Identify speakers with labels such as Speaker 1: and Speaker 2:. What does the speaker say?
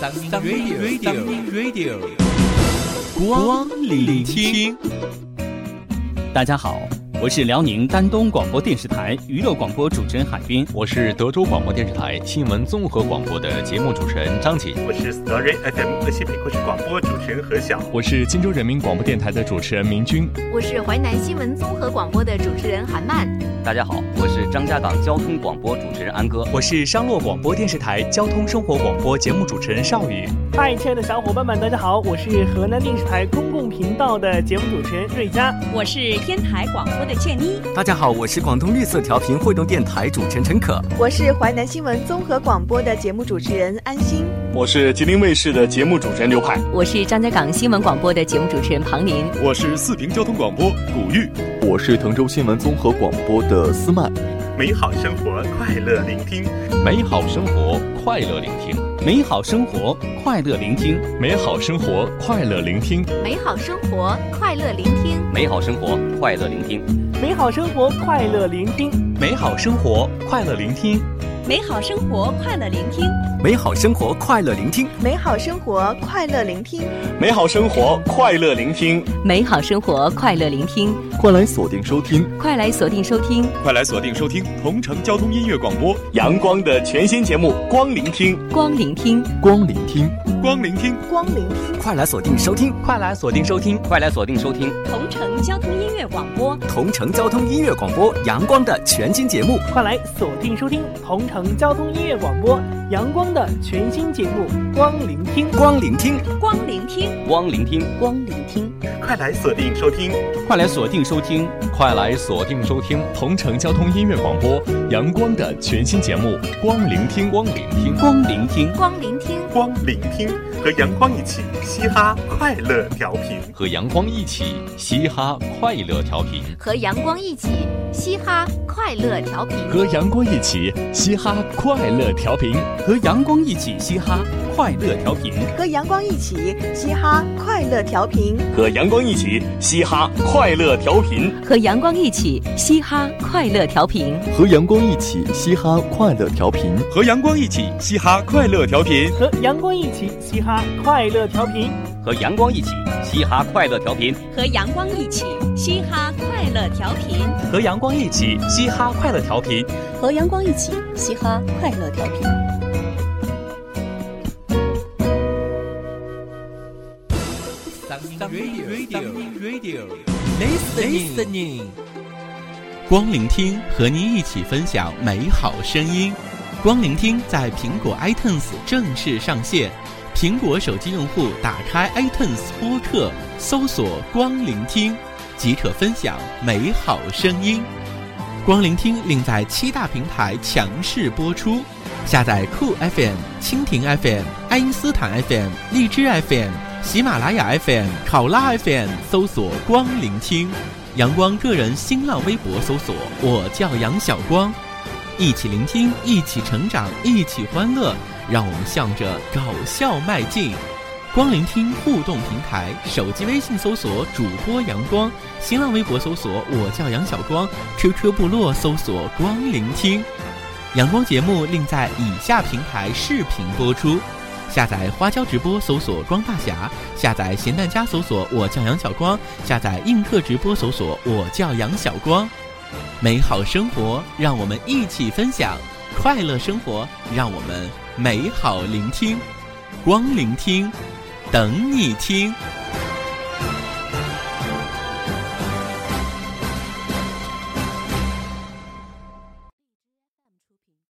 Speaker 1: 三 radio 三 radio，光聆听。
Speaker 2: 大家好，我是辽宁丹东广播电视台娱乐广播主持人海滨。
Speaker 3: 我是德州广播电视台新闻综合广播的节目主持人张琪，
Speaker 4: 我是 Story FM 西北故事广播主持人何晓。
Speaker 5: 我是荆州人民广播电台的主持人明军。
Speaker 6: 我是淮南新闻综合广播的主持人韩曼。
Speaker 7: 大家好，我是张家港交通广播主持人安哥。
Speaker 8: 我是商洛广播电视台交通生活广播节目主持人邵宇。
Speaker 9: 嗨，亲爱的小伙伴们，大家好，我是河南电视台公共频道的节目主持人瑞佳。
Speaker 10: 我是天台广播的倩妮。
Speaker 11: 大家好，我是广东绿色调频惠东电台主持人陈可。
Speaker 12: 我是淮南新闻综合广播的节目主持人安心。
Speaker 13: 我是吉林卫视的节目主持人刘派。
Speaker 14: 我是张家港新闻广播的节目主持人庞林。
Speaker 15: 我是四平交通广播古玉。
Speaker 16: 我是滕州新闻综合广播的思曼。
Speaker 4: 美好生活，快乐聆听。
Speaker 3: 美好生活，快乐聆听。
Speaker 2: 美好生活，快乐聆听。
Speaker 5: 美好生活，快乐聆听。
Speaker 6: 美好生活，快乐聆听。
Speaker 7: 美好生活，快乐聆听。
Speaker 9: 美好生活，快乐聆听。
Speaker 8: 美好生活，快乐聆听。
Speaker 10: 美好生活，快乐聆听。
Speaker 11: 美好生活，快乐聆听。
Speaker 12: 美好生活，快乐聆听。
Speaker 13: 美好生活，快乐聆听。
Speaker 14: 美好生活，快乐聆听。
Speaker 16: 快来锁定收听，
Speaker 14: 快来锁定收听，
Speaker 15: 快来锁定收听同城交通音乐广播
Speaker 13: 阳光的全新节目《光聆听》，
Speaker 14: 光聆听，
Speaker 16: 光聆听，
Speaker 15: 光聆听，
Speaker 12: 光聆听。
Speaker 11: 快来锁定收听，
Speaker 8: 快来锁定收听，
Speaker 7: 快来锁定收听
Speaker 10: 同城交通音乐广播，
Speaker 11: 同城交通音乐广播阳光的全新节目。
Speaker 9: 快来锁定收听同城交通音乐广播阳光的全新节目《光聆听》，
Speaker 11: 光聆听，
Speaker 10: 光聆听，
Speaker 7: 光聆听，
Speaker 14: 光聆听。
Speaker 4: 快来锁定收听，
Speaker 2: 快来锁定收听，
Speaker 3: 快来锁定收听
Speaker 5: 同城交通音乐广播阳光的全新节目《光聆听》，
Speaker 3: 光聆听，
Speaker 2: 光聆听，
Speaker 6: 光聆听，
Speaker 4: 光聆听。和阳光一起嘻哈快乐调频，
Speaker 3: 和阳光一起嘻哈快乐调频，
Speaker 6: 和阳光一起嘻哈快乐调频，
Speaker 5: 和阳光一起嘻哈快乐调频，
Speaker 2: 和阳光一起嘻哈快乐调频，
Speaker 12: 和阳光一起嘻哈快乐调频，
Speaker 13: 和阳光一起嘻哈快乐调频，
Speaker 14: 和阳光一起嘻哈快乐调频，
Speaker 16: 和阳光一起嘻哈快乐调频，
Speaker 15: 和阳光一起嘻哈快乐调频，
Speaker 9: 和阳光一起嘻哈。快乐调频，
Speaker 7: 和阳光一起嘻哈快乐调频，
Speaker 10: 和阳光一起嘻哈快乐调频，
Speaker 8: 和阳光一起嘻哈快乐调频，
Speaker 14: 和阳光一起嘻哈快乐调频。
Speaker 1: Listening，光聆听和您一起分享美好声音。光聆听在苹果 iTunes 正式上线。苹果手机用户打开 iTunes 播客，搜索“光聆听”，即可分享美好声音。光聆听另在七大平台强势播出，下载酷 FM、蜻蜓 FM、爱因斯坦 FM、荔枝 FM、喜马拉雅 FM、考拉 FM，搜索“光聆听”。阳光个人新浪微博搜索“我叫杨晓光”，一起聆听，一起成长，一起欢乐。让我们向着搞笑迈进！光聆听互动平台，手机微信搜索主播阳光，新浪微博搜索我叫杨小光，QQ 部落搜索光聆听。阳光节目另在以下平台视频播出：下载花椒直播搜索光大侠，下载咸蛋家搜索我叫杨小光，下载映客直播搜索我叫杨小光。美好生活，让我们一起分享；快乐生活，让我们。美好聆听，光聆听，等你听。